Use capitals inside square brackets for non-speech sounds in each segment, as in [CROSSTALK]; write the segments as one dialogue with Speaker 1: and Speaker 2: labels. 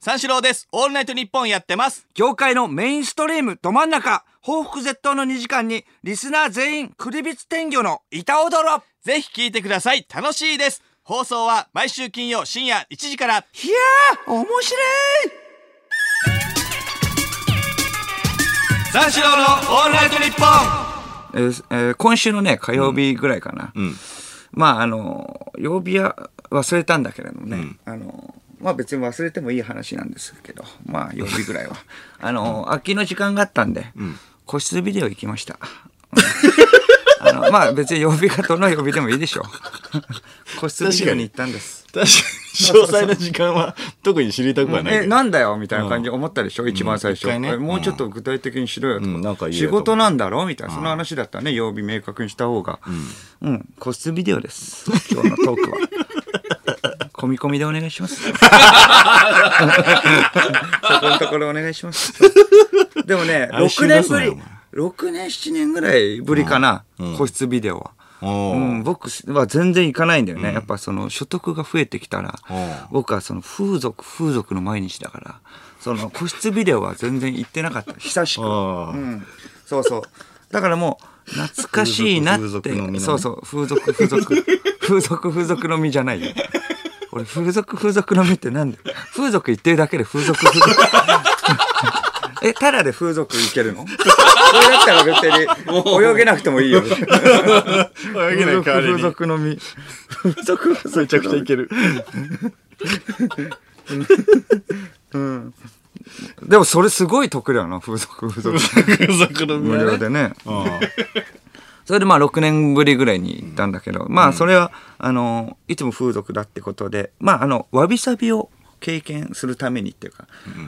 Speaker 1: 三四郎です。オールナイトニッポンやってます。
Speaker 2: 業界のメインストリームど真ん中報復絶倒の2時間にリスナー全員クリビツ天魚の板踊ろ
Speaker 1: ぜひ聞いてください。楽しいです。放送は毎週金曜深夜1時から。
Speaker 2: いやー面白い
Speaker 1: 三四郎のオールナイトニッポン
Speaker 2: えーえー今週のね火曜日ぐらいかな、
Speaker 1: ん
Speaker 2: まああの曜日は忘れたんだけれどもね、あのまあ別に忘れてもいい話なんですけどまあ曜日ぐらいは [LAUGHS] あの、空きの時間があったんで、個室ビデオ行きました。うんあのまあ別に曜日がどの曜日でもいいで [LAUGHS] しょう個室ビデオに行ったんです
Speaker 3: 確かに、詳細な時間は [LAUGHS] 特に知りたくはないけど。
Speaker 2: えなんだよみたいな感じ思ったでしょ、一番最初、
Speaker 3: 一回ね
Speaker 2: えもうちょっと具体的にしろよとか、
Speaker 3: うんなんか言え
Speaker 2: 仕
Speaker 3: よと
Speaker 2: 事なんだろみたいなその話だったらね曜日明確にした方がうん、個室ビデオです今日のトー
Speaker 3: [LAUGHS]
Speaker 2: クは込み込みでお願いしますそこのところお願いしますでも
Speaker 3: [LAUGHS]
Speaker 2: ね
Speaker 3: 哀
Speaker 2: 6
Speaker 3: 愁出
Speaker 2: 年
Speaker 3: すな
Speaker 2: ぶ
Speaker 3: よ
Speaker 2: り6年7年ぐらいぶりかな、個室ビデオは。
Speaker 3: お
Speaker 2: う
Speaker 3: ー
Speaker 2: ん、僕は全然行かないんだよね、やっぱその所得が増えてきたら
Speaker 3: うん
Speaker 2: 僕はその風俗風俗の毎日だからその個室ビデオは全然行ってなかった [LAUGHS] 久しく、う
Speaker 3: あー
Speaker 2: ん、そうそうだからもう懐かしいなって
Speaker 3: 風俗風俗の身のね
Speaker 2: そうそう風俗風俗 [LAUGHS] 風俗風俗の身じゃないよ俺風俗風俗の身ってなんだよ風俗行ってるだけで風俗 [LAUGHS] 風俗えタダで風俗行けるの [LAUGHS] それだったら別に泳げなくてもいいよ
Speaker 3: 泳げない代わ
Speaker 2: 風
Speaker 3: りに。め
Speaker 2: 俗のみ。風俗風俗のみ。め
Speaker 3: ちゃくちゃいける。
Speaker 2: でもそれすごい得だよな、風俗風俗。
Speaker 3: [LAUGHS] 風俗 [LAUGHS] の
Speaker 2: 無
Speaker 3: 身
Speaker 2: 料
Speaker 3: はね
Speaker 2: でね。
Speaker 3: あ
Speaker 2: それでまあ6年ぶりぐらいに行ったんだけど、まあそれは、あの、いつも風俗だってことで、まああの、わびさびを経験するためにっていうか、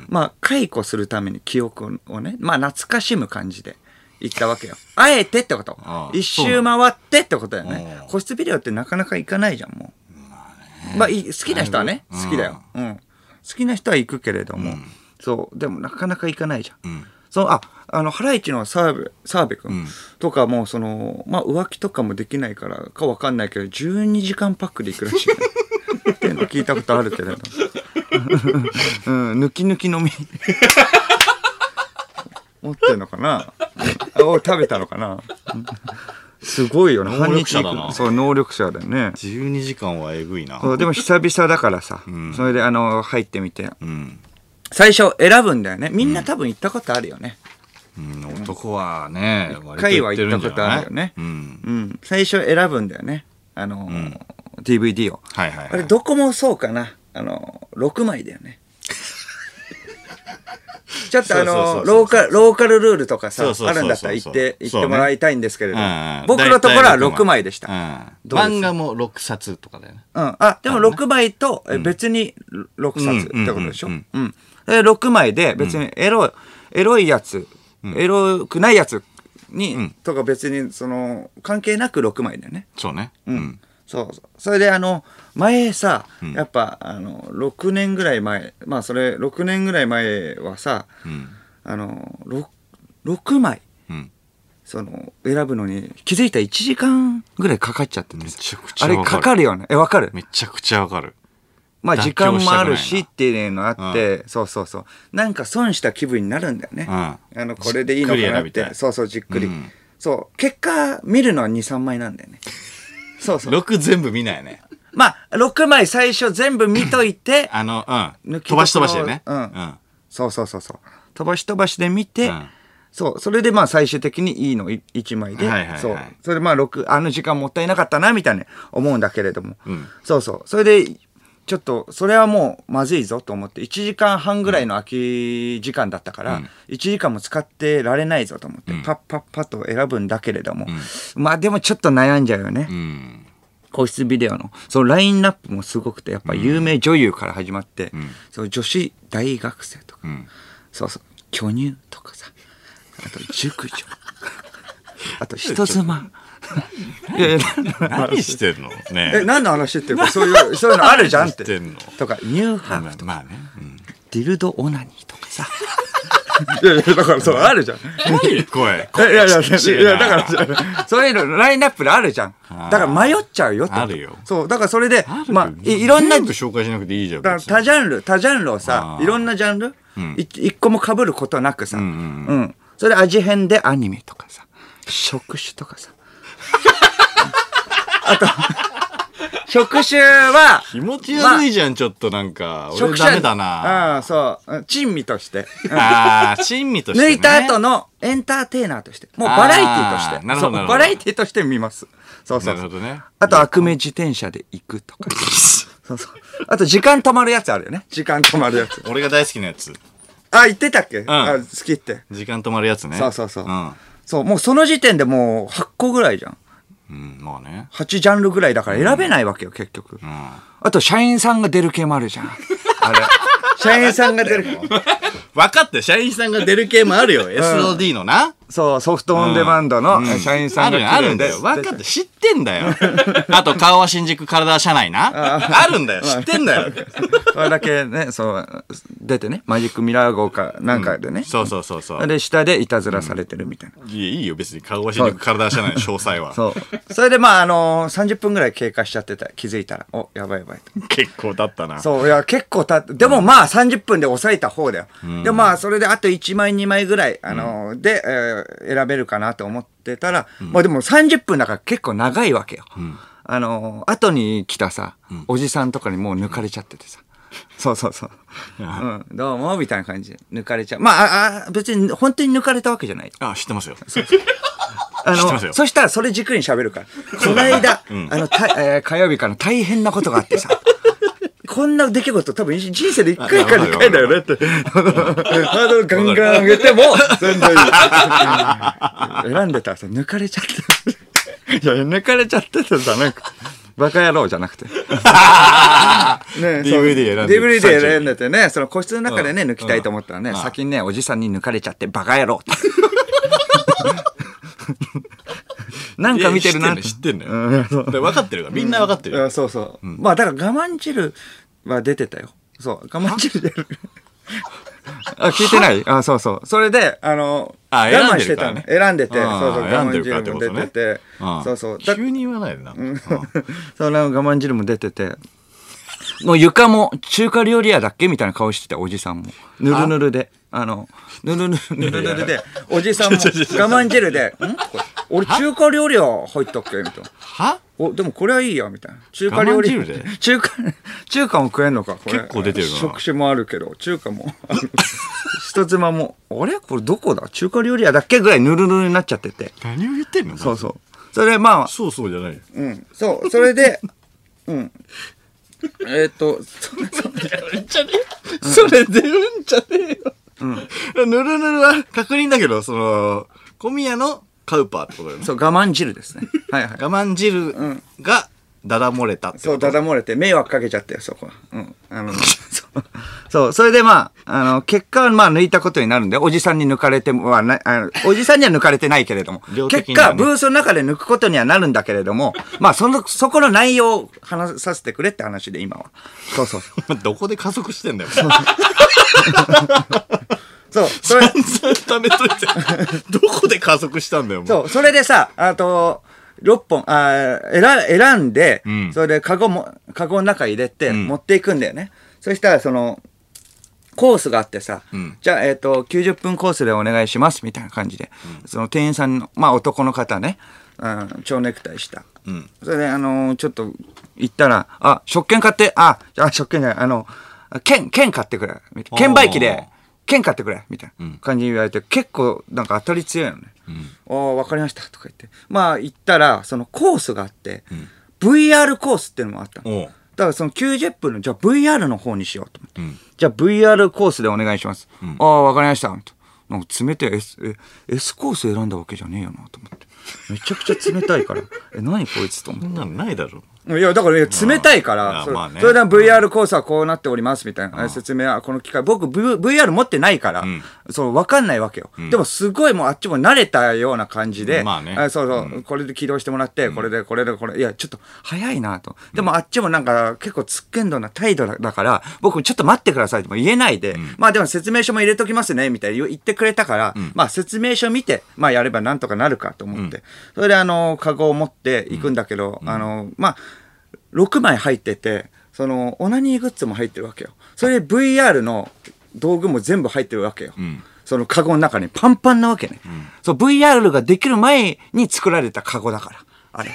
Speaker 2: まあ解雇するために記憶をね、まあ懐かしむ感じで行ったわけよ。あえてってこと
Speaker 3: あ。あ
Speaker 2: 一周回ってってことだよね
Speaker 3: う。ん
Speaker 2: 個室ビデオってなかなか行かないじゃん、もう。まあ、いい好きな人はね、
Speaker 3: うん
Speaker 2: 好きだよ、うん。好きな人は行くけれども、そう、でもなかなか行かないじゃん。
Speaker 3: ん
Speaker 2: そのああのハライチの澤部澤部君
Speaker 3: ん
Speaker 2: とかもその、まあ、浮気とかもできないからかわかんないけど12時間パックで行くらしいよっていうの聞いたことあるけれど、うん、抜き抜き飲み持ってんのかなあお食べたのかなうんすごいよね
Speaker 3: 能力者だ
Speaker 2: 半
Speaker 3: な
Speaker 2: 日行くそう能力者だよね
Speaker 3: 12時間はえぐいな。
Speaker 2: そうでも久々だからさ、
Speaker 3: ん
Speaker 2: それであの入ってみて
Speaker 3: うん。
Speaker 2: 最初選ぶんだよねみんな多分行ったことあるよね、
Speaker 3: うん男はね、割
Speaker 2: 回は
Speaker 3: 言るんじゃ
Speaker 2: 行ったこと
Speaker 3: な
Speaker 2: あ
Speaker 3: い
Speaker 2: るよね
Speaker 3: うん。
Speaker 2: うん最初選ぶんだよねあの、DVD を
Speaker 3: はいはいはい。
Speaker 2: あれどこもそうかなあの6枚だよ
Speaker 3: [LAUGHS]
Speaker 2: ねちょっとあ
Speaker 3: そうそうそうそ
Speaker 2: の
Speaker 3: う
Speaker 2: ローカローカルルールとかさ
Speaker 3: そうそうそうそう
Speaker 2: あるんだったら言って言ってもらいたいんですけれど、
Speaker 3: うん
Speaker 2: 僕のところは
Speaker 3: 大体六
Speaker 2: 6枚でした、
Speaker 3: うん
Speaker 2: どうです
Speaker 3: 漫画も6冊とかだよね。
Speaker 2: うん、あでも6枚とえ別に6冊ってことでしょ、う
Speaker 3: うんん
Speaker 2: で6枚で別にエロ,、エロいやつ、エロくないやつに、
Speaker 3: ん
Speaker 2: とか別にその関係なく6枚だよね、
Speaker 3: そうね。
Speaker 2: うん。そうそうそれであの前さ、やっぱあの6年ぐらい前まあそれ6年ぐらい前はさ、
Speaker 3: ん
Speaker 2: あの 6, 6枚
Speaker 3: うん。
Speaker 2: その選ぶのに気づいたら1時間ぐらいかかっちゃってて
Speaker 3: め
Speaker 2: さ
Speaker 3: ちゃくちゃ
Speaker 2: あれ
Speaker 3: わかる
Speaker 2: かかるよねえわかる
Speaker 3: めちゃくちゃわかる。
Speaker 2: まあ時
Speaker 3: 妥
Speaker 2: 間
Speaker 3: 協したくないな
Speaker 2: もあるしっていうのあって、そうそうそうなんか損した気分になるんだよね、
Speaker 3: うん
Speaker 2: あのこれでいいのかなっ
Speaker 3: じっくり選び
Speaker 2: て
Speaker 3: たい
Speaker 2: そうそうじっくり、
Speaker 3: うん
Speaker 2: そう結果見るのは23枚なんだよねそうそう
Speaker 3: 6全部見ないね。
Speaker 2: まあ6枚最初全部見といて
Speaker 3: [LAUGHS] あの、う
Speaker 2: 抜
Speaker 3: ん。
Speaker 2: き
Speaker 3: 飛ばし飛ばしだよね。
Speaker 2: うん
Speaker 3: うん。
Speaker 2: そうそうそうそう飛ばし飛ばしで見て、
Speaker 3: うん
Speaker 2: そうそれでまあ最終的にいいの1枚で、
Speaker 3: はいはいはい
Speaker 2: そうそれでまあ6あの時間もったいなかったなみたいな思うんだけれども、
Speaker 3: うん
Speaker 2: そうそうそれでちょっとそれはもうまずいぞと思って1時間半ぐらいの空き時間だったから、1時間も使ってられないぞと思って、パッパッパッと選ぶんだけれども、まあでもちょっと悩んじゃうよね、
Speaker 3: うん。
Speaker 2: 個室ビデオのそのラインナップもすごくてやっぱ有名女優から始まって、その女子大学生とか、
Speaker 3: ん
Speaker 2: そうそう巨乳とかさあと熟 [LAUGHS] 女あと人妻いやいや
Speaker 3: 何してんの
Speaker 2: え
Speaker 3: ね
Speaker 2: 何の話っていうかそういうそういうのあるじゃんっ
Speaker 3: 知って
Speaker 2: て
Speaker 3: んの
Speaker 2: とかニュー
Speaker 3: ま
Speaker 2: ハ
Speaker 3: あ
Speaker 2: ーフ
Speaker 3: まあね。うん
Speaker 2: ディルドオナニーとかさ [LAUGHS] いやいや、だからそう、ある [LAUGHS] じゃん。
Speaker 3: 何
Speaker 2: [LAUGHS]
Speaker 3: 声。
Speaker 2: いやいやいや、
Speaker 3: しいない
Speaker 2: やだから、そういうの、ラインナップであるじゃん。だから迷っちゃうよってこと
Speaker 3: あるよ
Speaker 2: そう、だからそれで
Speaker 3: あ、る
Speaker 2: まあ、いいろんな、
Speaker 3: 全部
Speaker 2: だ
Speaker 3: 紹介しなくていいじゃん。
Speaker 2: から
Speaker 3: 別に
Speaker 2: 多ジャンル、多ジャンルをさ
Speaker 3: あ、ー
Speaker 2: いろんなジャンル、い一個も被ることなくさ、
Speaker 3: ん
Speaker 2: うん。それで味変でアニメとかさ、職種とか
Speaker 3: [LAUGHS]
Speaker 2: さ。あと、職種は、
Speaker 3: 気持ち悪いじゃん、ちょっとなんか。俺ダメだな。
Speaker 2: ああ、そううん。珍味と
Speaker 3: [LAUGHS]
Speaker 2: して。
Speaker 3: ああ、珍味として、
Speaker 2: 抜
Speaker 3: ね。
Speaker 2: いた後のエンターテイナーとして。もうバラエティーとし
Speaker 3: あ
Speaker 2: て。
Speaker 3: ーなるほ
Speaker 2: そ
Speaker 3: ど
Speaker 2: う
Speaker 3: なるほ
Speaker 2: バ
Speaker 3: ど
Speaker 2: ラエティーとして見ます。そうそ
Speaker 3: な
Speaker 2: う
Speaker 3: る
Speaker 2: そ
Speaker 3: ほ
Speaker 2: う。
Speaker 3: どね。
Speaker 2: あと、悪名自転車で行くと
Speaker 3: [LAUGHS]
Speaker 2: か。そうそう。あと、時間止まるやつあるよね。時間止まるやつ。
Speaker 3: 俺が大好きなやつ。
Speaker 2: あ、言ってたっけ、あ好きって。
Speaker 3: 時間止まるやつね。
Speaker 2: そうそうそう。
Speaker 3: うん。
Speaker 2: そう、もうその時点でもう8個ぐらいじゃん。
Speaker 3: うん、まあね。
Speaker 2: 8ジャンルぐらいだから選べないわけよ、結局。あと、社員さんが出る系もある
Speaker 3: [LAUGHS]
Speaker 2: じゃん。あれ。社員さんが出る系。
Speaker 3: 分かって、社員さんが出る系もあ
Speaker 2: [LAUGHS]
Speaker 3: るよ。SOD のな。
Speaker 2: そう、ソフトオンデマンドの社員さんが
Speaker 3: あるあるんだよ。分かって、知ってん
Speaker 2: [LAUGHS]
Speaker 3: だよ。あと、顔は新宿、体は社内な。ある
Speaker 2: [LAUGHS]
Speaker 3: んだよ。知ってんだよ。
Speaker 2: それだけね、そう、出てね、マジックミラー号かなんかでね。
Speaker 3: そうそうそうそう。
Speaker 2: で、下でいたずらされてるみたいな。
Speaker 3: いいいいよ、別に顔は新宿、体は社内の詳細は。
Speaker 2: そう。それで、まあ、あのー、30分ぐらい経過しちゃってた。気づいたら、お、やばいやばいと。
Speaker 3: 結構だったな。
Speaker 2: そう、いや、結構たって、でもまあ、30分で抑えた方だよ。で、まあ、それであと1枚、2枚ぐらい、あのー、で、えー選べるかなと思ってたら、まあでも30分だから結構長いわけよ。あのー、後に来たさ、おじさんとかにもう抜かれちゃっててさ。そうそうそう。うん、どうも、みたいな感じで抜かれちゃう。まあ、ああ、別に、本当に抜かれたわけじゃない。
Speaker 3: あ、知ってますよ。
Speaker 2: あ
Speaker 3: 知ってますよ
Speaker 2: の、そしたらそれ軸に喋るから。この間、あの、たえー火曜日から大変なことがあってさ。こんな出来事多分人生で1回か2回だよねって。ハードルガンガン上げても、全然いい。選んでたらさ、抜かれちゃって。いや、抜かれちゃっててさ、なんか、バカ野郎じゃなくて。ね [LAUGHS] え
Speaker 3: DVD 選んで
Speaker 2: そう DVD 選んでてね、その個室の中でね、抜きたいと思ったらね、先にね、おじさんに抜かれちゃって、バカ野郎って。なんか見てるなって。
Speaker 3: 知ってんのよ。知ってんのよで分かってるから、みんな分かってるよ。
Speaker 2: あそうそう、まあだから我慢汁は出てたよそう我慢汁出るあ聞いてないあそうそうそれであの
Speaker 3: あ
Speaker 2: 我慢
Speaker 3: 選
Speaker 2: し
Speaker 3: んで
Speaker 2: て
Speaker 3: るか
Speaker 2: た
Speaker 3: ら
Speaker 2: の
Speaker 3: ね
Speaker 2: 選んでてそうそう
Speaker 3: あー
Speaker 2: 我
Speaker 3: 選ん
Speaker 2: 慢
Speaker 3: でるからって
Speaker 2: 汁
Speaker 3: こ
Speaker 2: も
Speaker 3: と
Speaker 2: 出
Speaker 3: ね
Speaker 2: てて
Speaker 3: うん
Speaker 2: そうそうだ
Speaker 3: 急に言わないでな。うん
Speaker 2: その我慢汁も出ててもう床も中華料理屋だっけみたいな顔してたおじさんもぬるぬるであのぬるぬるぬるぬる [LAUGHS] でおじさんも我慢汁で「んこれ俺中華料理屋入ったっけ?」みたいな。
Speaker 3: は
Speaker 2: おでもこれはいいやみたいな中華料理
Speaker 3: 我慢汁で
Speaker 2: 中華 [LAUGHS] 中華も食えんのかこれ
Speaker 3: 結構出てるな
Speaker 2: 食種もあるけど中華も [LAUGHS] あの人妻もあれこれどこだ中華料理屋だっけぐらいぬるぬるになっちゃってて
Speaker 3: 何を言ってんの
Speaker 2: そうそうそれでまあ
Speaker 3: そうそうじゃないよ。
Speaker 2: うんそうそれでうんえっ、と [LAUGHS] そ
Speaker 3: うんちゃねそれでうんちゃねえよ。ぬるぬるは確認だけど、その、小宮のカウパーってことだよね。
Speaker 2: そう我慢汁ですねはいはい
Speaker 3: 我慢汁がダダ漏れたって
Speaker 2: そ
Speaker 3: こ
Speaker 2: う、だ
Speaker 3: と。
Speaker 2: だ漏れて、迷惑かけちゃったよ、そこは。うん。あの、 [LAUGHS] そう。そう、それでまあ、あの、結果はまあ抜いたことになるんで、おじさんに抜かれてもはな、あのおじさんには抜かれてないけれど [LAUGHS] も、
Speaker 3: 量的
Speaker 2: 結
Speaker 3: には
Speaker 2: 果、
Speaker 3: ね
Speaker 2: ブースの中で抜くことにはなるんだけれども、まあ、その、そこの内容を話させてくれって話で、今は。そうそう。
Speaker 3: どこで加速してんだよ。
Speaker 2: そう、それ、
Speaker 3: 散々貯め
Speaker 2: [LAUGHS]
Speaker 3: といて。どこで加速したんだよ、もう。
Speaker 2: そう、それでさ、あと、6本、あー選選んで、
Speaker 3: ん
Speaker 2: それでカゴも、カゴの中入れて、
Speaker 3: ん
Speaker 2: 持っていくんだよね。そしたら、その、コースがあってさ、
Speaker 3: ん
Speaker 2: じゃあ、えっ、と、90分コースでお願いします、みたいな感じで、その店員さんの、まあ男の方ね、うん、蝶ネクタイした。
Speaker 3: ん
Speaker 2: それで、あのーちょっと、行ったら、あ、食券買って、あ、あ食券じゃない、あの、券、券買ってくれ、みたいな券売機で、券買ってくれみたいな感じに言われて、結構なんか当たり強いのね。ああ、わかりましたとか言って。まあ行ったら、そのコースがあって、VR コースっていうのもあったの。
Speaker 3: おう
Speaker 2: だからその90分の、じゃあ VR の方にしようと思って。
Speaker 3: ん
Speaker 2: じゃあ VR コースでお願いします。ああ、わかりました。みたいななんか冷てえ S、え、S コース [LAUGHS] 選んだわけじゃねえよなと思って。めちゃくちゃ冷たいから、え、何こいつと思って
Speaker 3: そんなのないだろ。
Speaker 2: いや、だから、ね、冷たいから、
Speaker 3: あ
Speaker 2: それ
Speaker 3: まあね
Speaker 2: それで VR コースはこうなっておりますみたいな説明は、この機械、僕、v、VR 持ってないから、その、わかんないわけよ。でも、すごいもうあっちも慣れたような感じで、
Speaker 3: まあね
Speaker 2: あそうそう、これで起動してもらって、これで、これで、これ、いや、ちょっと早いなと。でも、あっちもなんか、結構つっけんどな態度だだから、僕、ちょっと待ってくださいとも言えないで、まあ、でも説明書も入れときますね、みたいに言ってくれたから、まあ、説明書見て、まあ、やればなんとかなるかと思って、それで、あの、カゴを持って行くんだけど、あの、まあ、6枚入っててそのオナニーグッズも入ってるわけよそれで VR の道具も全部入ってるわけよ、そのカゴの中にパンパンなわけね、そう VR ができる前に作られたカゴだからあ
Speaker 3: [LAUGHS]
Speaker 2: れ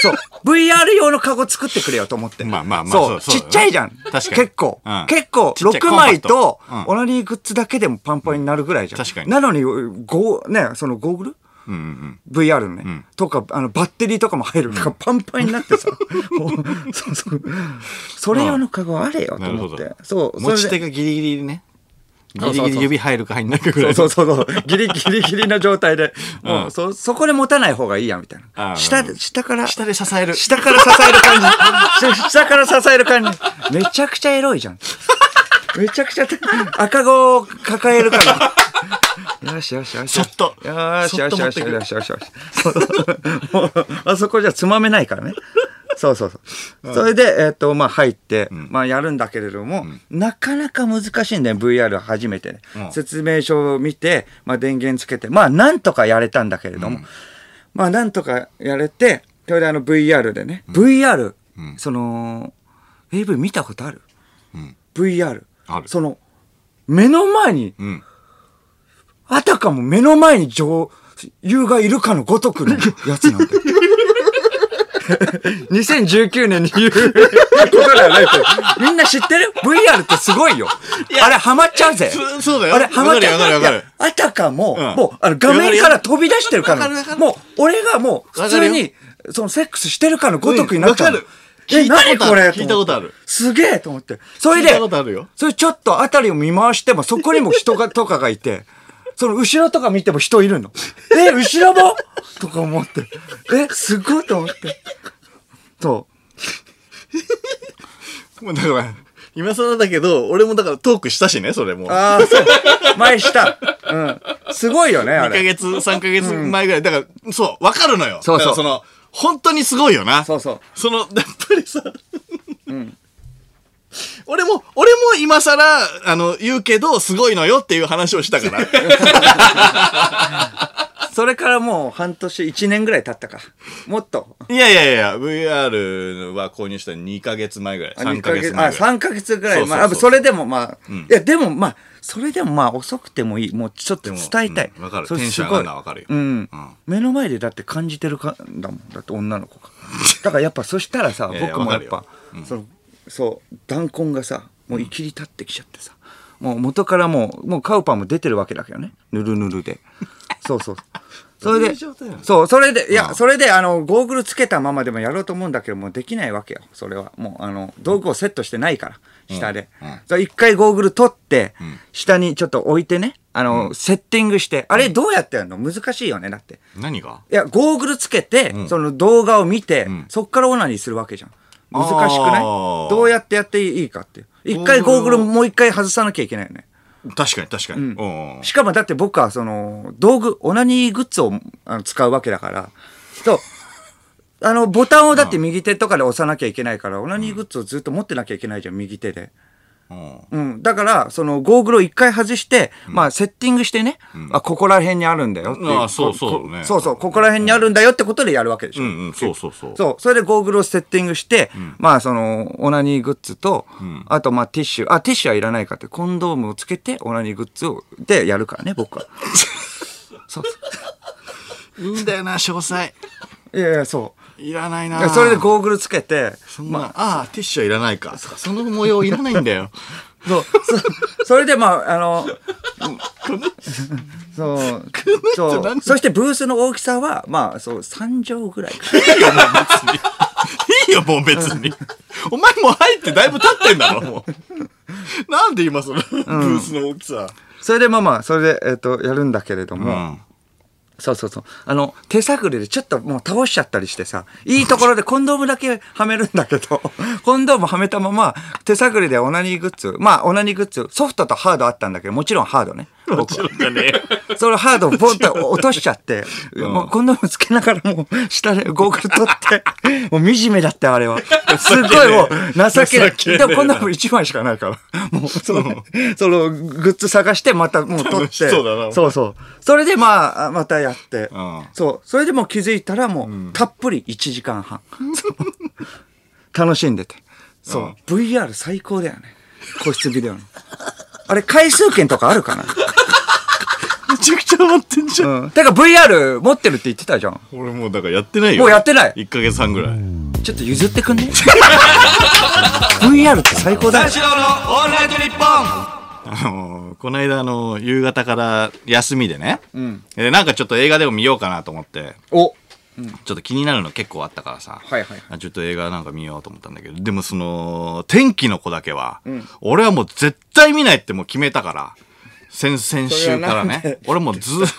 Speaker 2: そう VR 用のカゴ作ってくれよと思って
Speaker 3: まあまあまあ
Speaker 2: そう
Speaker 3: そうそうだね
Speaker 2: ちっちゃいじゃん
Speaker 3: 確かに
Speaker 2: 結構、
Speaker 3: うん
Speaker 2: 結構
Speaker 3: ちっちゃい
Speaker 2: 6枚と
Speaker 3: コンパクト
Speaker 2: オナニーグッズだけでもパンパンになるぐらいじゃん、
Speaker 3: うん確かに
Speaker 2: なのにゴーねそのゴーグル
Speaker 3: うんうんうん。
Speaker 2: VR のね、とかあのバッテリーとかも入るとか、パンパンになって
Speaker 3: [LAUGHS]
Speaker 2: さもうそうそうそれ用のカゴあれよと思って、
Speaker 3: なるほ
Speaker 2: そうそ
Speaker 3: 持
Speaker 2: れ
Speaker 3: ち
Speaker 2: で
Speaker 3: 手がギリギリね。ギ
Speaker 2: そうそうそう
Speaker 3: リギリ指入るか入んないかぐらい。
Speaker 2: そうそうそうそうギリギリギリな状態で、も
Speaker 3: うん
Speaker 2: うそそこで持たない方がいいやみたい
Speaker 3: あ
Speaker 2: な
Speaker 3: ー
Speaker 2: 下
Speaker 3: なる
Speaker 2: で下から
Speaker 3: 下で支える。
Speaker 2: 下から支える感じ [LAUGHS] 下下から支える感じめちゃくちゃエロいじゃんめちゃくちゃ赤子を抱えるからよしよしよし
Speaker 3: そっと
Speaker 2: よしよしよし
Speaker 3: そっと持ってくる
Speaker 2: よしよしよしそうもうあそこじゃつまめない
Speaker 3: [LAUGHS]
Speaker 2: からねそうそうそう、それで、えっとまあ、入って、まあ、やるんだけれども、なかなか難しいんだよ VR 初めてね、
Speaker 3: うん
Speaker 2: 説明書を見て、まあ、電源つけてまあなんとかやれたんだけれども、まあなんとかやれて、それであの VR でね、VR、その、AV 見たことある、?VR。
Speaker 3: ある
Speaker 2: その、目の前に、
Speaker 3: うん。
Speaker 2: あたかも目の前に女優がいるかのごとくのやつなん [LAUGHS] だよ。2019年に言うことではないけど、みんな知ってる ?VR ってすごいよ。あれハマっちゃうぜ。
Speaker 3: そそうだよ。
Speaker 2: あれ、ハマっちゃう
Speaker 3: わかるわかるわかる
Speaker 2: いやあたかも、
Speaker 3: うん
Speaker 2: もう、あの、画面から飛び出してるか、
Speaker 3: わかるわからる
Speaker 2: もう、俺がもう、普
Speaker 3: わか
Speaker 2: 通
Speaker 3: る
Speaker 2: に、その、セックスしてるかのごとくになっちゃうの。
Speaker 3: うんわかる聞
Speaker 2: え、
Speaker 3: いたことある
Speaker 2: 何これ
Speaker 3: 聞いたことある
Speaker 2: 思ってすげえと思って。それで、
Speaker 3: 聞いたことあるよ
Speaker 2: それちょっとあたりを見回しても、そこにも人が、とかがいて、 [LAUGHS] その後ろとか見ても人いるの。え、後ろも [LAUGHS] とか思って。え、すごいと思って。そう。
Speaker 3: もうだから、今更だけど、俺もだからトークしたしね、それも。2
Speaker 2: ああ、そう。前した。うん。すごいよね、あ
Speaker 3: ヶ
Speaker 2: れ。
Speaker 3: 月、3ヶ月前ぐらい。だから、そう、わかるのよ。
Speaker 2: そうそう
Speaker 3: だからその、本当にすごいよな。
Speaker 2: そうそう。
Speaker 3: その、やっぱりさ、 [LAUGHS] 俺も、俺も今更、あの、言うけど、すごいのよっていう話をした [LAUGHS] から。
Speaker 2: それからもう半年、1年ぐらい経ったか。もっと。
Speaker 3: いやいやいや、VR は購入した2ヶ月前ぐらい。
Speaker 2: あ
Speaker 3: 3ヶ
Speaker 2: 二
Speaker 3: 月前ぐらい。
Speaker 2: あ、3ヶ月ぐらい。
Speaker 3: そうそうそう
Speaker 2: まあ、それでもまあ、いや、でもまあ、それでもまあ遅くてもいい。もうちょっと伝えたい
Speaker 3: で。もうんわかる
Speaker 2: それ
Speaker 3: テンション
Speaker 2: すごい
Speaker 3: 上がるのはわかるよ
Speaker 2: うん
Speaker 3: うん。
Speaker 2: 目の前でだって感じてるかんだもん。だって女の子が。だからやっぱそしたらさ、
Speaker 3: いやいや
Speaker 2: 僕もやっぱ
Speaker 3: わか、
Speaker 2: その、そう、弾痕がさ、もういきり立ってきちゃってさ。もう元からもう、もうカウパーも出てるわけだけどね。ぬるぬるで。そうそう。それ
Speaker 3: どうい
Speaker 2: で
Speaker 3: う状態なの、
Speaker 2: そう、それで、いや、それで、あの、ゴーグルつけたままでもやろうと思うんだけど、もうできないわけよ、それは。もう、あの、道具をセットしてないから、下で。それ一回ゴーグル取って、下にちょっと置いてね、あの、セッティングして、あれどうやってやるの難しいよね、だって。
Speaker 3: 何が
Speaker 2: いや、ゴーグルつけて、その動画を見て、
Speaker 3: ん
Speaker 2: そっからオナニーするわけじゃん。難しくない
Speaker 3: あー
Speaker 2: どうやってやっていいかっていう。一回
Speaker 3: ゴ
Speaker 2: ゴ
Speaker 3: ー
Speaker 2: ーグ
Speaker 3: グル
Speaker 2: ル
Speaker 3: を
Speaker 2: もう一回外さなきゃいけないよね。
Speaker 3: 確かに確かに。うんうん
Speaker 2: しかもだって僕はその道具、オナニーグッズをあの使うわけだから、と、あのボタンをだって右手とかで押さなきゃいけないから、オナニーグッズをずっと持ってなきゃいけないじゃん、右手で。
Speaker 3: うん
Speaker 2: うん。だから、そのゴーグルを一回外して、まあセッティングしてね、あ、ここら辺にあるんだよっていう。
Speaker 3: ああそうそう
Speaker 2: こ
Speaker 3: ね
Speaker 2: そうそう、ここら辺にあるんだよってことでやるわけでしょ。
Speaker 3: うんうん、そうそうそう。
Speaker 2: そう。それでゴーグルをセッティングして、まあその、オナニーグッズと、あとまあティッシュ、あ、ティッシュはいらないかって、コンドームをつけて、オナニーグッズを、でやるからね、僕は。そうそ
Speaker 3: いいんだよな、詳細。
Speaker 2: う。いやいや、そ。
Speaker 3: いらないうない
Speaker 2: やそれでゴーグルつけて、
Speaker 3: そんな、ああ、ティッシュはいらないか。そその模様いらないんだ [LAUGHS] よ。
Speaker 2: そう、そそれでまあ、あの、 [LAUGHS] そう、
Speaker 3: 人
Speaker 2: そ
Speaker 3: 何
Speaker 2: う、そしてブースの大きさは、まあ、そう、3畳ぐらいか。
Speaker 3: いいよ、もう別に。お前もう入ってだいぶ経ってんだろ、もう。なんで今その、ブースの大きさ。
Speaker 2: それでまあまあ、それで、えっ、と、やるんだけれども、そうそうそう。あの、手探りでちょっともう倒しちゃったりしてさ、いいところでコンドームだけはめるんだけど、 [LAUGHS] コンドームはめたまま、手探りでオナニーグッズ、まあオナニーグッズ、ソフトとハードあったんだけど、もちろんハードね。
Speaker 3: もちろんだね。
Speaker 2: そのハードをボンと落としちゃって、もうコンドームつけながらもう下でゴーグル取
Speaker 3: [LAUGHS]
Speaker 2: って、もう惨めだったよあれは。すっごいもう情けない。
Speaker 3: 情けね
Speaker 2: で
Speaker 3: えな
Speaker 2: もコンドーム1枚しかないから。もうその、そのグッズ探してまたもう取っ
Speaker 3: 楽
Speaker 2: て。
Speaker 3: しそうだな
Speaker 2: そうそう。それでまあ、またやって
Speaker 3: ん。
Speaker 2: そう。それでもう気づいたらもうたっぷり1時間半。楽しんでて。そう。VR 最高だよね。個室ビデオの。あれ回数券とかあるかな
Speaker 3: めちゃくちゃ余ってんじゃん。
Speaker 2: うん。だから VR 持ってるって言ってたじゃん。
Speaker 3: 俺もうだからやってないよ。
Speaker 2: もうやってない
Speaker 3: 1ヶ月半ぐらい。
Speaker 2: ちょっと譲ってくん
Speaker 3: [LAUGHS]
Speaker 2: ね ?VR って最高だよ
Speaker 1: 三。四郎のオールナイトニッポ
Speaker 3: あのーこの間、あのー夕方から休みでね、でなんかちょっと映画でも見ようかなと思って
Speaker 2: お
Speaker 3: ちょっと気になるの結構あったからさ、
Speaker 2: はいはい
Speaker 3: あちょっと映画なんか見ようと思ったんだけどでもその天気の子だけは、俺はもう絶対見ないってもう決めたから先々週から
Speaker 2: それはなん [LAUGHS]
Speaker 3: ね俺もうずーっ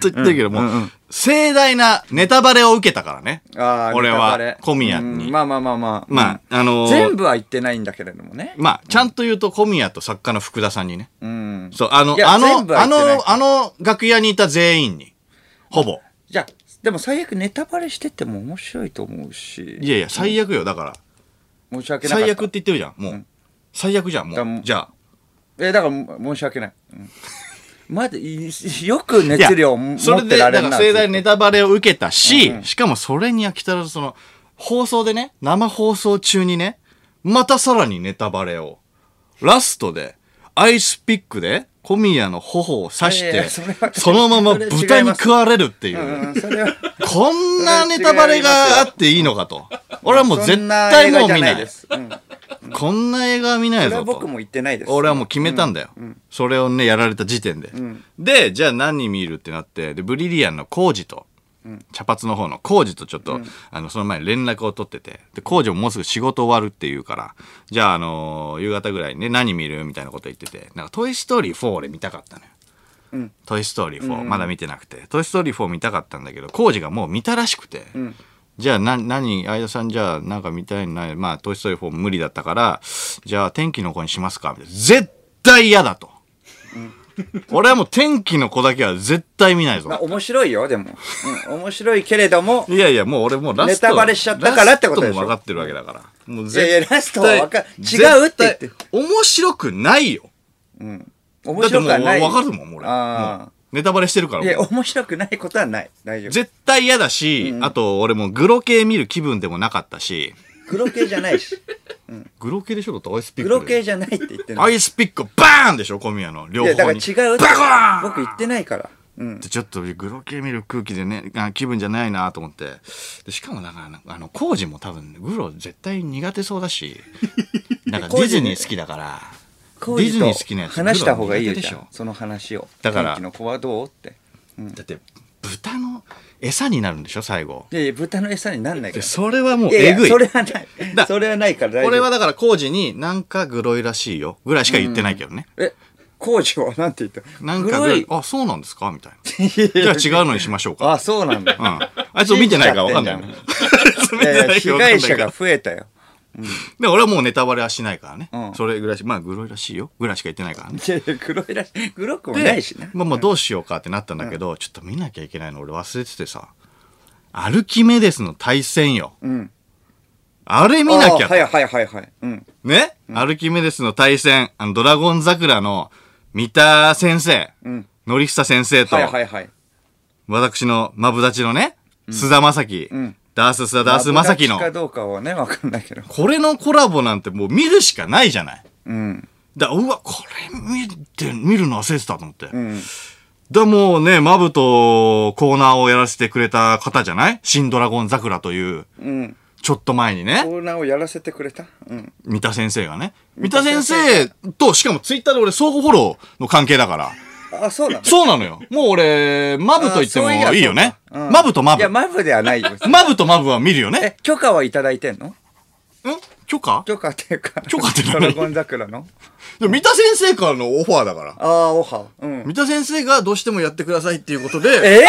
Speaker 3: と言ってるけどもう、盛大なネタバレを受けたからね
Speaker 2: あー
Speaker 3: [LAUGHS] 俺
Speaker 2: ネタバ
Speaker 3: は
Speaker 2: レ
Speaker 3: 小宮
Speaker 2: う
Speaker 3: に、
Speaker 2: んまあまあまあまあ。
Speaker 3: まああのー
Speaker 2: 全部は言ってないんだけれどもね。
Speaker 3: まあちゃんと言うと小宮と作家の福田さんにね、
Speaker 2: うん。
Speaker 3: そう、あの
Speaker 2: い、や
Speaker 3: あ
Speaker 2: 全部
Speaker 3: の、
Speaker 2: は
Speaker 3: あ
Speaker 2: 言ってない
Speaker 3: の、あの楽屋にいた全員に。ほぼ。
Speaker 2: じゃあ、でも最悪ネタバレしてても面白いと思うし。
Speaker 3: いやいや、最悪よ。だから、
Speaker 2: 申し訳なかった。
Speaker 3: 最悪って言ってるじゃん。もう。最悪じゃん、
Speaker 2: だ
Speaker 3: も
Speaker 2: も
Speaker 3: う。じゃあ。
Speaker 2: え、だから申し訳ない。うんまだ、いよく
Speaker 3: いや
Speaker 2: 熱量を持
Speaker 3: それ
Speaker 2: って
Speaker 3: で、
Speaker 2: ら
Speaker 3: だ
Speaker 2: れ
Speaker 3: か
Speaker 2: る
Speaker 3: ら
Speaker 2: な。
Speaker 3: 盛大なネタバレを受けたし、しかもそれに飽きたらず、その、放送でね、生放送中にね、またさらにネタバレを。ラストで、アイスピックで、小宮の頬を刺し
Speaker 2: いやい
Speaker 3: て、
Speaker 2: やそれは
Speaker 3: そのまま
Speaker 2: それは違います
Speaker 3: 豚に食われるっていう。
Speaker 2: うんそれは。
Speaker 3: [LAUGHS] こんなネタバレがあっていいのかと。俺はもう絶対もう見ない。
Speaker 2: です。うん
Speaker 3: こんな映画は見ない
Speaker 2: それ
Speaker 3: ぞ
Speaker 2: は
Speaker 3: と。
Speaker 2: 僕も言ってないです。
Speaker 3: 俺はもう決めたんだよ、それをね、やられた時点で。で、じゃあ何見るってなって、で、ブリリアンのコージと、茶髪の方のコージとちょっと、あの、その前に連絡を取ってて、で、コージももうすぐ仕事終わるって言うから、じゃあ、あのー夕方ぐらいにね、何見るみたいなこと言ってて、なんか、トイストーリー4俺見たかったのよ。トイ・ストーリー4、まだ見てなくて、トイ・ストーリー4見たかったんだけど、コージがもう見たらしくて、じゃあ、な、何、相田さんじゃあ、なんか見たいのない、まあ、トイ・ストーリー4無理だったから、じゃあ、天気の子にしますかみたいな。絶対嫌だと。俺はもう天気の子だけは絶対見ないぞ
Speaker 2: まあ。面白いよ、でも。うん面白いけれども。
Speaker 3: いやいや、もう俺もうラスト。
Speaker 2: ネタバレしちゃったからってことでしょ
Speaker 3: ラストも分かってるわけだから。もう
Speaker 2: いやいやラストは分か
Speaker 3: 絶対
Speaker 2: 違うって言って
Speaker 3: 絶対面白くないよ。
Speaker 2: 面白くはない。
Speaker 3: だってもう分かるもん、俺。も
Speaker 2: あ
Speaker 3: うネタバレしてるから。
Speaker 2: あ。いや、面白くないことはない。大丈夫。
Speaker 3: 絶対嫌だし、あと俺もグロ系見る気分でもなかったし、
Speaker 2: 黒系じゃないし。
Speaker 3: グロ系でしょだってアイスピック
Speaker 2: 黒
Speaker 3: で。
Speaker 2: 系じゃないって言って
Speaker 3: ア
Speaker 2: ない。
Speaker 3: イスピックバーンでしょ小宮の両
Speaker 2: い
Speaker 3: 方
Speaker 2: や、
Speaker 3: に。
Speaker 2: だから違うって
Speaker 3: バコーン
Speaker 2: 僕言ってないから。うん。
Speaker 3: ちょっとグロ系見る空気でね、あ気分じゃないなと思って。でしかもだから、あの、コージも多分、グロ絶対苦手そう
Speaker 2: [LAUGHS]
Speaker 3: だし、なんかディズニー好きだから、デ
Speaker 2: こうい
Speaker 3: ィ
Speaker 2: う
Speaker 3: ズ
Speaker 2: と
Speaker 3: ニー好きなやつ
Speaker 2: 話した方がいいよ、じ
Speaker 3: グロ苦手でし
Speaker 2: ゃ
Speaker 3: ょ
Speaker 2: ん。その話を。
Speaker 3: だから
Speaker 2: 天気の子はどうって。
Speaker 3: だって、豚の餌になるんでしょ最後。
Speaker 2: いやいや、豚の餌になんないか
Speaker 3: で
Speaker 2: ら。
Speaker 3: それはもう
Speaker 2: いや
Speaker 3: え
Speaker 2: い
Speaker 3: ぐ
Speaker 2: や、
Speaker 3: い。
Speaker 2: それはない
Speaker 3: だ。
Speaker 2: それはないから大丈夫。
Speaker 3: 俺はだから、コージになんかグロいらしいよ、ぐらいしか言ってないけどね。
Speaker 2: え、工事はなんて言った
Speaker 3: なんかぐ
Speaker 2: 黒
Speaker 3: らい
Speaker 2: い。
Speaker 3: あ、そうなんですかみたい
Speaker 2: [LAUGHS]
Speaker 3: な。じゃあ違うのにしましょうか。
Speaker 2: あ、そうなんだ。
Speaker 3: うん。あいつ見てないから分かんないよ。
Speaker 2: 信じ
Speaker 3: [LAUGHS] あいつ
Speaker 2: いやい
Speaker 3: 見て
Speaker 2: や
Speaker 3: ない
Speaker 2: 被
Speaker 3: から分かん
Speaker 2: 害者
Speaker 3: ないけど
Speaker 2: が増えたよ。
Speaker 3: で、俺はもうネタバレはしないからね。
Speaker 2: うん
Speaker 3: それぐらいし、まあ、グロいらしいよ。ぐらいしか言ってないからね。
Speaker 2: いやいや、黒いらしい。黒くも
Speaker 3: で
Speaker 2: ないしね。
Speaker 3: まあまあ、どうしようかってなったんだけど、ちょっと見なきゃいけないの俺忘れててさ。アルキメデスの対戦よ。
Speaker 2: うん。
Speaker 3: あれ見なき
Speaker 2: あー
Speaker 3: ゃ
Speaker 2: は。いはいはいはい。うん。
Speaker 3: ね、アルキメデスの対戦、あの、ドラゴン桜の三田先生、
Speaker 2: ん
Speaker 3: 典久先生と、
Speaker 2: はいはいはい。
Speaker 3: 私のマブダチのね、菅田将暉、
Speaker 2: ん
Speaker 3: ダース菅田ダース
Speaker 2: まあ
Speaker 3: 正樹の
Speaker 2: 僕、が好きかどうかはね、わかんないけど。
Speaker 3: これのコラボなんてもう見るしかないじゃない。
Speaker 2: うん。
Speaker 3: だうわ、これ見て、見るの忘れてたと思って。
Speaker 2: うん。
Speaker 3: だ、もうね、マブとコーナーをやらせてくれた方じゃない新ドラゴン桜という、
Speaker 2: うん。
Speaker 3: ちょっと前に
Speaker 2: コ
Speaker 3: ね、
Speaker 2: ーナーをやらせてくれたうん。
Speaker 3: 三田先生がね。三田先生と、しかもツイッターで俺相互フォローの関係だから。
Speaker 2: あ、そうなの
Speaker 3: そうなのよ。もう俺、マブと言っても
Speaker 2: あーそう
Speaker 3: いいよね。
Speaker 2: そうか
Speaker 3: マブとマ
Speaker 2: いや、
Speaker 3: ブ。
Speaker 2: マブではない
Speaker 3: [LAUGHS]
Speaker 2: よ。
Speaker 3: マブとマブは見るよね。
Speaker 2: え、許可はいただいてんの
Speaker 3: ん許可
Speaker 2: 許可っていうか。
Speaker 3: 許可って何
Speaker 2: ドラゴン桜の
Speaker 3: でも三田先生からのオファーだから。
Speaker 2: あ
Speaker 3: [LAUGHS]
Speaker 2: あ、オハ。うん。
Speaker 3: 三田先生がどうしてもやってくださいっていうことで、
Speaker 2: え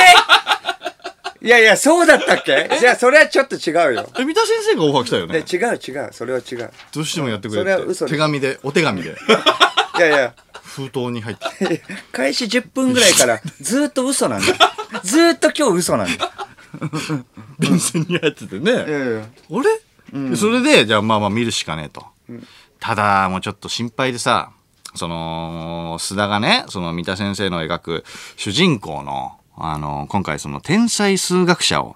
Speaker 2: いやいや、そうだったっけじゃあ、それはちょっと違うよ。
Speaker 3: え三田先生がオファー来たよ
Speaker 2: で
Speaker 3: ね
Speaker 2: 違う違う、それは違う。
Speaker 3: どうしてもやってくれ
Speaker 2: それは
Speaker 3: っ
Speaker 2: 嘘
Speaker 3: て
Speaker 2: です
Speaker 3: 手紙でお手
Speaker 2: [LAUGHS]
Speaker 3: 紙で
Speaker 2: いやいや、 [LAUGHS]
Speaker 3: 封筒に入って
Speaker 2: 開始10分ぐらいからずっと嘘
Speaker 3: [LAUGHS]
Speaker 2: なんだよ。ずっと今日嘘なんだよ。
Speaker 3: 便箋に入っててね、
Speaker 2: いやいや
Speaker 3: あれ、それでじゃあまあまあ見るしかねえと、ただもうちょっと心配でさその須田がねその三田先生の描く主人公の、あの今回その天才数学者を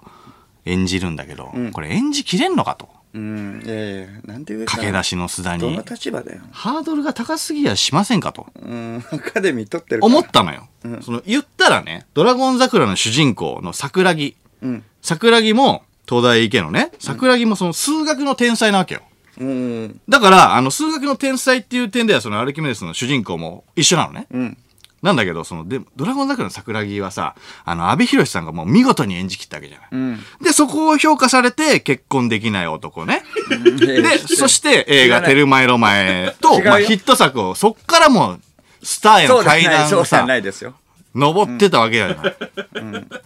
Speaker 3: 演じるんだけど、これ演じきれんのかと
Speaker 2: うん、いやいや、なんで上から
Speaker 3: 駆け出しの須田
Speaker 2: ど
Speaker 3: に
Speaker 2: の立場だよ。
Speaker 3: ハードルが高すぎやしませんかと
Speaker 2: うん、アカデミー取ってるから。
Speaker 3: 思ったのよ、その言ったらね「ドラゴン桜」の主人公の桜木、
Speaker 2: ん
Speaker 3: 桜木も東大池のね桜木もその数学の天才なわけよ、
Speaker 2: うん、
Speaker 3: だから、あの、数学の天才っていう点では、そのアルキメデスの主人公も一緒なのね。
Speaker 2: ん
Speaker 3: なんだけど、その、で、ドラゴン桜の桜木はさ、あの、阿部寛さんがもう見事に演じきったわけじゃない。
Speaker 2: うん。
Speaker 3: で、そこを評価されて、結婚できない男ね。
Speaker 2: で [LAUGHS]
Speaker 3: で、そして映
Speaker 2: 知ら
Speaker 3: 画、
Speaker 2: ない
Speaker 3: テルマエロマエ
Speaker 2: 違
Speaker 3: と、
Speaker 2: うよ
Speaker 3: まあ、ヒット作を、そっからもう、スターへ
Speaker 2: そ
Speaker 3: の
Speaker 2: うじ
Speaker 3: 階
Speaker 2: ゃない、
Speaker 3: 段
Speaker 2: そ
Speaker 3: を
Speaker 2: うじゃ
Speaker 3: さ
Speaker 2: な、いですよ。
Speaker 3: 登ってたわけじゃない。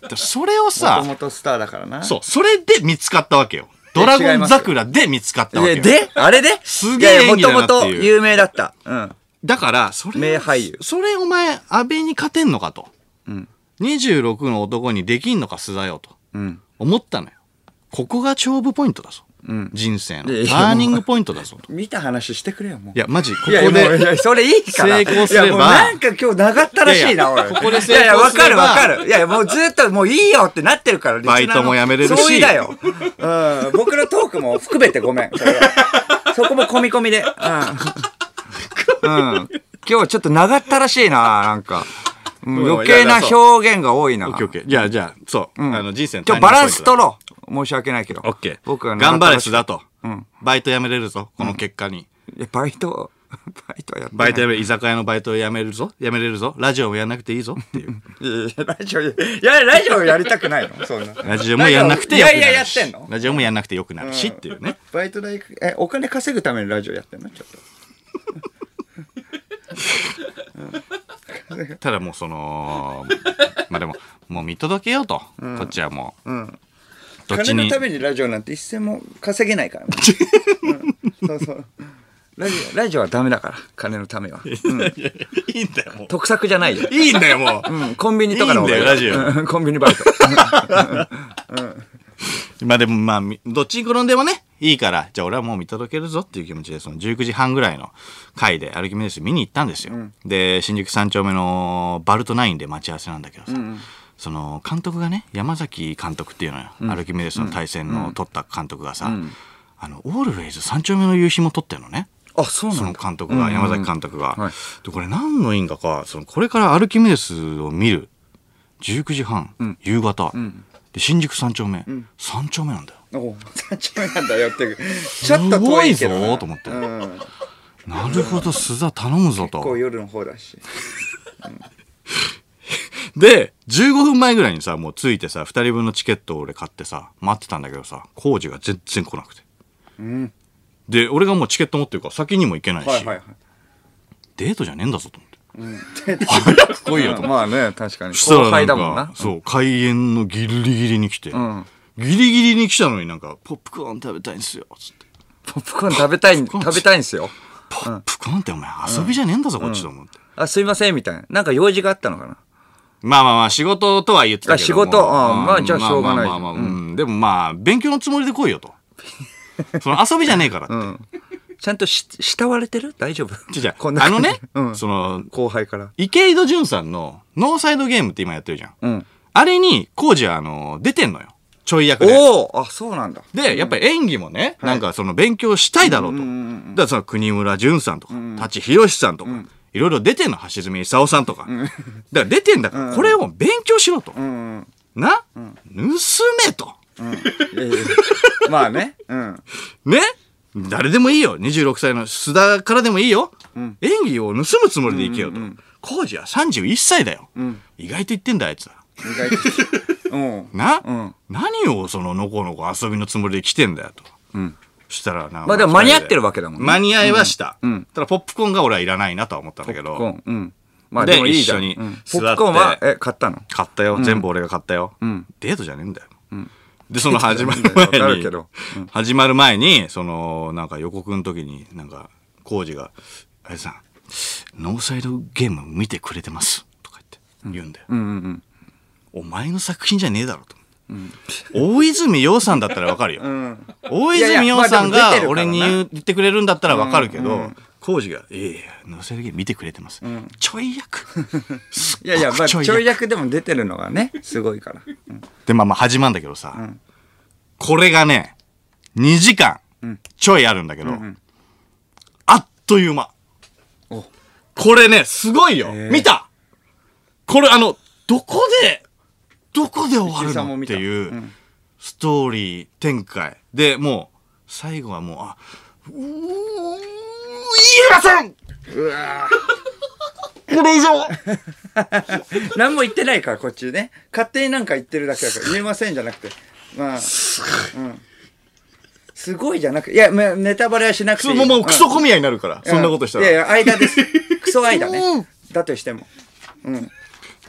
Speaker 3: でそれを
Speaker 2: もと
Speaker 3: さ、
Speaker 2: もとスターだからな。
Speaker 3: そう、それで見つかったわけよ。ドラゴン桜で見つかったわけ
Speaker 2: で
Speaker 3: よ。
Speaker 2: で、あれです
Speaker 3: げえ演技だなっていう
Speaker 2: もともと有名だった。うん。
Speaker 3: だから、それ、
Speaker 2: 名俳優
Speaker 3: それお前、安倍に勝てんのかと。
Speaker 2: うん。
Speaker 3: 26の男にできんのか、須田よと。
Speaker 2: うん。
Speaker 3: 思ったのよ。ここが勝負ポイントだぞ。
Speaker 2: うん
Speaker 3: 人生の。タ
Speaker 2: いやいや
Speaker 3: ーニングポイントだぞと。
Speaker 2: 見た話してくれよ、もう。
Speaker 3: いや、マジ、ここ
Speaker 2: いや、もうい
Speaker 3: で。
Speaker 2: やそれいいから。
Speaker 3: 成功すれば
Speaker 2: いやもうなんか今日長ったらしいな、
Speaker 3: い
Speaker 2: お
Speaker 3: やいや
Speaker 2: い。
Speaker 3: ここで成功す
Speaker 2: い
Speaker 3: れば
Speaker 2: やいや、わかるわかる。いやいや、もうずっともういいよってなってるから、
Speaker 3: バイトも辞めれるし
Speaker 2: そうだよ。うん。僕のトークも含めてごめん。それはそこも込み込みで。
Speaker 3: [LAUGHS]
Speaker 2: うん。うん。今日ちょっと長ったらしいな、なんか。うん余計な表現が多いな。
Speaker 3: オッケーオッケー。じゃあ、じゃあ、そう。
Speaker 2: うん
Speaker 3: あの、人生の
Speaker 2: ちょ、バランス取ろう。申し訳ないけど。
Speaker 3: う。オッケー。
Speaker 2: 僕は長
Speaker 3: 頑
Speaker 2: った
Speaker 3: 張れ、
Speaker 2: らしい
Speaker 3: 須田と。
Speaker 2: うん
Speaker 3: バイト辞めれるぞ、この結果に。
Speaker 2: いやバイト、 [LAUGHS] バイトはやってない
Speaker 3: バイト辞める、居酒屋のバイトを辞めるぞ、辞めれるぞ、ラジオもやんなくていいぞっていう。
Speaker 2: いやいや、ラジオ、いや、ラジオやりたくないの [LAUGHS] そんな。
Speaker 3: ラジオもやんなくて
Speaker 2: い
Speaker 3: よく
Speaker 2: や
Speaker 3: なる
Speaker 2: い
Speaker 3: し。
Speaker 2: や、やってんの
Speaker 3: ラジオもやんなくてよくなるしっていうね。
Speaker 2: バイト代、え、お金稼ぐためにラジオやってんのちょっと。
Speaker 3: ただもうそのまあでももう見届けようと、こっちはもう、どっち
Speaker 2: 金
Speaker 3: に
Speaker 2: のためにラジオなんて一銭も稼げない
Speaker 3: [LAUGHS]
Speaker 2: からね。うんそうそう。ラジオ、ラジオはダメだから、金のためは。うん
Speaker 3: いいんだよも
Speaker 2: 得策じゃないよ
Speaker 3: う。いいんだよもう、
Speaker 2: うん、コンビニとかの方が
Speaker 3: いいんだよラジ
Speaker 2: うんコンビニ
Speaker 3: [LAUGHS]
Speaker 2: バイト。
Speaker 3: まあでもまあみどっちに転んでもねいいからじゃあ俺はもう見届けるぞっていう気持ちでその19時半ぐらいの回で歩きメデス見に行ったんですよ、で新宿三丁目のバルトナインで待ち合わせなんだけどさ、その監督がね山崎監督っていうのよ、アルキメデスの対戦の撮った監督がさ、あのオールウェイズ三丁目の夕日も撮ってるのね、
Speaker 2: あ、そう
Speaker 3: そ
Speaker 2: な
Speaker 3: の
Speaker 2: んだ。
Speaker 3: 監督が、山崎監督が、
Speaker 2: はい
Speaker 3: でこれ何の因果かそのこれからアルキメデスを見る19時半、夕方、で新宿三丁目、三丁目なんだよ
Speaker 2: [LAUGHS] お三丁目なんだよって。ちょっと遠いけどな。
Speaker 3: すごいぞと思って
Speaker 2: うん。結
Speaker 3: なるほど須田頼むぞ
Speaker 2: 構
Speaker 3: と
Speaker 2: 夜の方だし。
Speaker 3: で15分前ぐらいにさもう着いてさ2人分のチケットを俺買ってさ待ってたんだけどさ工事が全然来なくて、
Speaker 2: ん
Speaker 3: で俺がもうチケット持ってるから先にも行けないし、
Speaker 2: はいはいはい。
Speaker 3: デートじゃねえんだぞと思って、早く来いよと思って
Speaker 2: まあね、確かに。
Speaker 3: そしたら
Speaker 2: 後
Speaker 3: な
Speaker 2: 輩
Speaker 3: ん
Speaker 2: だもん
Speaker 3: か
Speaker 2: な、。
Speaker 3: そう、開演のギリギリに来て、
Speaker 2: ん
Speaker 3: ギリギリに来たのになんか、ポップコーン食べたいんすよ、つって。
Speaker 2: ポップコーン食べたいん、
Speaker 3: ポップコーン
Speaker 2: 食べたいんですよ。
Speaker 3: ポップコーンってお前遊びじゃねえんだぞ、こっちと思って。
Speaker 2: あ、すいません、みたいな。なんか用事があったのかな。
Speaker 3: まあまあまあ、仕事とは言ってたけども。
Speaker 2: あ仕事あまあじゃあしょうがない
Speaker 3: まあまあまあまあうんでもまあ、勉強のつもりで来い
Speaker 2: [LAUGHS]
Speaker 3: よと。その遊びじゃねえからって。
Speaker 2: ちゃんとし、慕われてる大丈夫
Speaker 3: じゃあ
Speaker 2: [LAUGHS] こんな
Speaker 3: あのね、
Speaker 2: うん。
Speaker 3: その、
Speaker 2: 後輩から。
Speaker 3: 池井戸潤さんのノーサイドゲームって今やってるじゃん。
Speaker 2: うん。
Speaker 3: あれに、コージはあの、出てんのよ。ちょい役で。
Speaker 2: おおあ、そうなんだ。
Speaker 3: で、やっぱり演技もね、なんかその勉強したいだろうと。だからその国村淳さんとか、舘ひろしさんとか、いろいろ出てんの、橋爪功さんとか。だから出てんだから、これを勉強しろと。
Speaker 2: うん。
Speaker 3: な盗めと。
Speaker 2: いやいや [LAUGHS] まあね。うん。
Speaker 3: ね誰でもいいよ。26歳の須田からでもいいよ。演技を盗むつもりでいけよと。浩二は31歳だよ。意外と言ってんだ、あいつは。
Speaker 2: 意外と。うん。
Speaker 3: な
Speaker 2: うん
Speaker 3: 何をそののこのこ遊びのつもりで来てんだよと。
Speaker 2: うん。
Speaker 3: したらな。
Speaker 2: まあでも間に合ってるわけだもんね
Speaker 3: 間に合いはした。
Speaker 2: んうん
Speaker 3: ただポップコーンが俺はいらないなとは思ったんだけど。
Speaker 2: うん。まあ
Speaker 3: で
Speaker 2: でもいいじゃん。
Speaker 3: 一緒に
Speaker 2: うんポ
Speaker 3: 座って
Speaker 2: ップコーンは、え、買ったの
Speaker 3: 買ったよ、全部俺が買ったよ、デートじゃねえんだよ、
Speaker 2: [LAUGHS]
Speaker 3: でその始まる
Speaker 2: デートじゃねえんだ
Speaker 3: 前
Speaker 2: よわかる
Speaker 3: に、
Speaker 2: けどう
Speaker 3: 始まる前にそのなんか予告の時になんか浩二が「あれさんノーサイドゲーム見てくれてます」とか言って言うんだよ、
Speaker 2: うんうん
Speaker 3: お前の作品じゃねえだろと、大泉洋さんだったらわかるよ、
Speaker 2: ん
Speaker 3: 大泉洋さん
Speaker 2: いやいやまあでも出てる
Speaker 3: が
Speaker 2: から
Speaker 3: 俺
Speaker 2: な
Speaker 3: に言ってくれるんだったらわかるけど浩二が「いやいやノーサイドゲーム見てくれてます、ちょい役 [LAUGHS] すっごく
Speaker 2: いやいや、まあ、ち
Speaker 3: ちょい
Speaker 2: ょ
Speaker 3: 役
Speaker 2: い役でも出てるのがね、すごいから。うん
Speaker 3: で、まあまあ始まんだけどさ、これがね、2時間ちょいあるんだけど、あっという間。
Speaker 2: お
Speaker 3: これね、すごいよ、
Speaker 2: へえ
Speaker 3: 見たこれあの、どこで、どこで終わ
Speaker 2: 石井
Speaker 3: る
Speaker 2: さんも
Speaker 3: のっ
Speaker 2: 見
Speaker 3: て
Speaker 2: た
Speaker 3: いう、
Speaker 2: うん
Speaker 3: ストーリー展開。で、もう、最後はもう、あ、うーん、言えませんこれ以上
Speaker 2: [LAUGHS] 何も言ってないから、こっちね。勝手になんか言ってるだけだから、言えませんじゃなくて。まあ、うん。すごいじゃなくて、いや、まあネタバレはしなくていい。
Speaker 3: もうもうクソ
Speaker 2: うん
Speaker 3: 小宮になるから、そんなことしたら。
Speaker 2: いやいや、間
Speaker 3: [LAUGHS]
Speaker 2: です。クソ間
Speaker 3: うん
Speaker 2: ね。だとしても。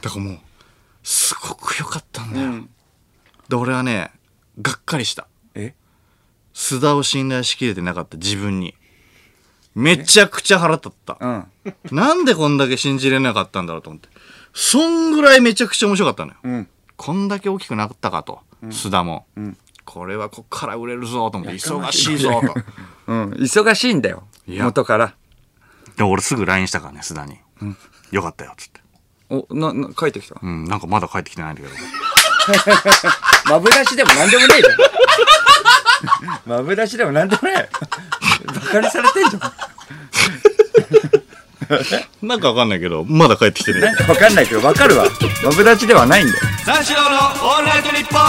Speaker 3: だからもうすごく良かったんだ
Speaker 2: う
Speaker 3: よ、
Speaker 2: ん。
Speaker 3: で俺はねがっかりした
Speaker 2: え
Speaker 3: 須田を信頼しきれてなかった自分にめちゃくちゃ腹立った
Speaker 2: うん。
Speaker 3: なんでこんだけ信じれなかったんだろうと思ってそんぐらいめちゃくちゃ面白かったのよ、
Speaker 2: うん。
Speaker 3: こんだけ大きくなったかと、須田も、これはこっから売れるぞと思って忙しいぞと
Speaker 2: うん。忙しいんだよ。
Speaker 3: いや
Speaker 2: 元から。
Speaker 3: で俺すぐ LINE したからね須田に、よかったよっつって、
Speaker 2: お、な、な、書いてきた。
Speaker 3: うん、なんかまだ帰ってきてないんだけど
Speaker 2: マブダチでもなんでもねえじゃ
Speaker 3: [LAUGHS]
Speaker 2: ん。マブダチでもなんでもない。バカにされてんじゃん。
Speaker 3: なんかわかんないけどまだ帰ってきてない
Speaker 2: なんかわかんないけど、わかるわ。マブダチではないんだよ。
Speaker 1: 三四郎のオールナイトニッポン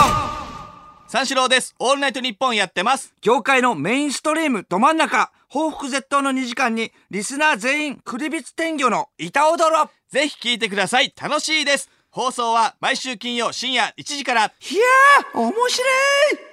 Speaker 1: 三四郎です。オールナイトニッポンやってます。
Speaker 2: 業界のメインストリームど真ん中、報復絶倒の2時間に、リスナー全員、クリビツ天魚の板踊ろ。
Speaker 1: ぜひ聞いてください。楽しいです。放送は毎週金曜深夜1時から。
Speaker 2: いやー、面白い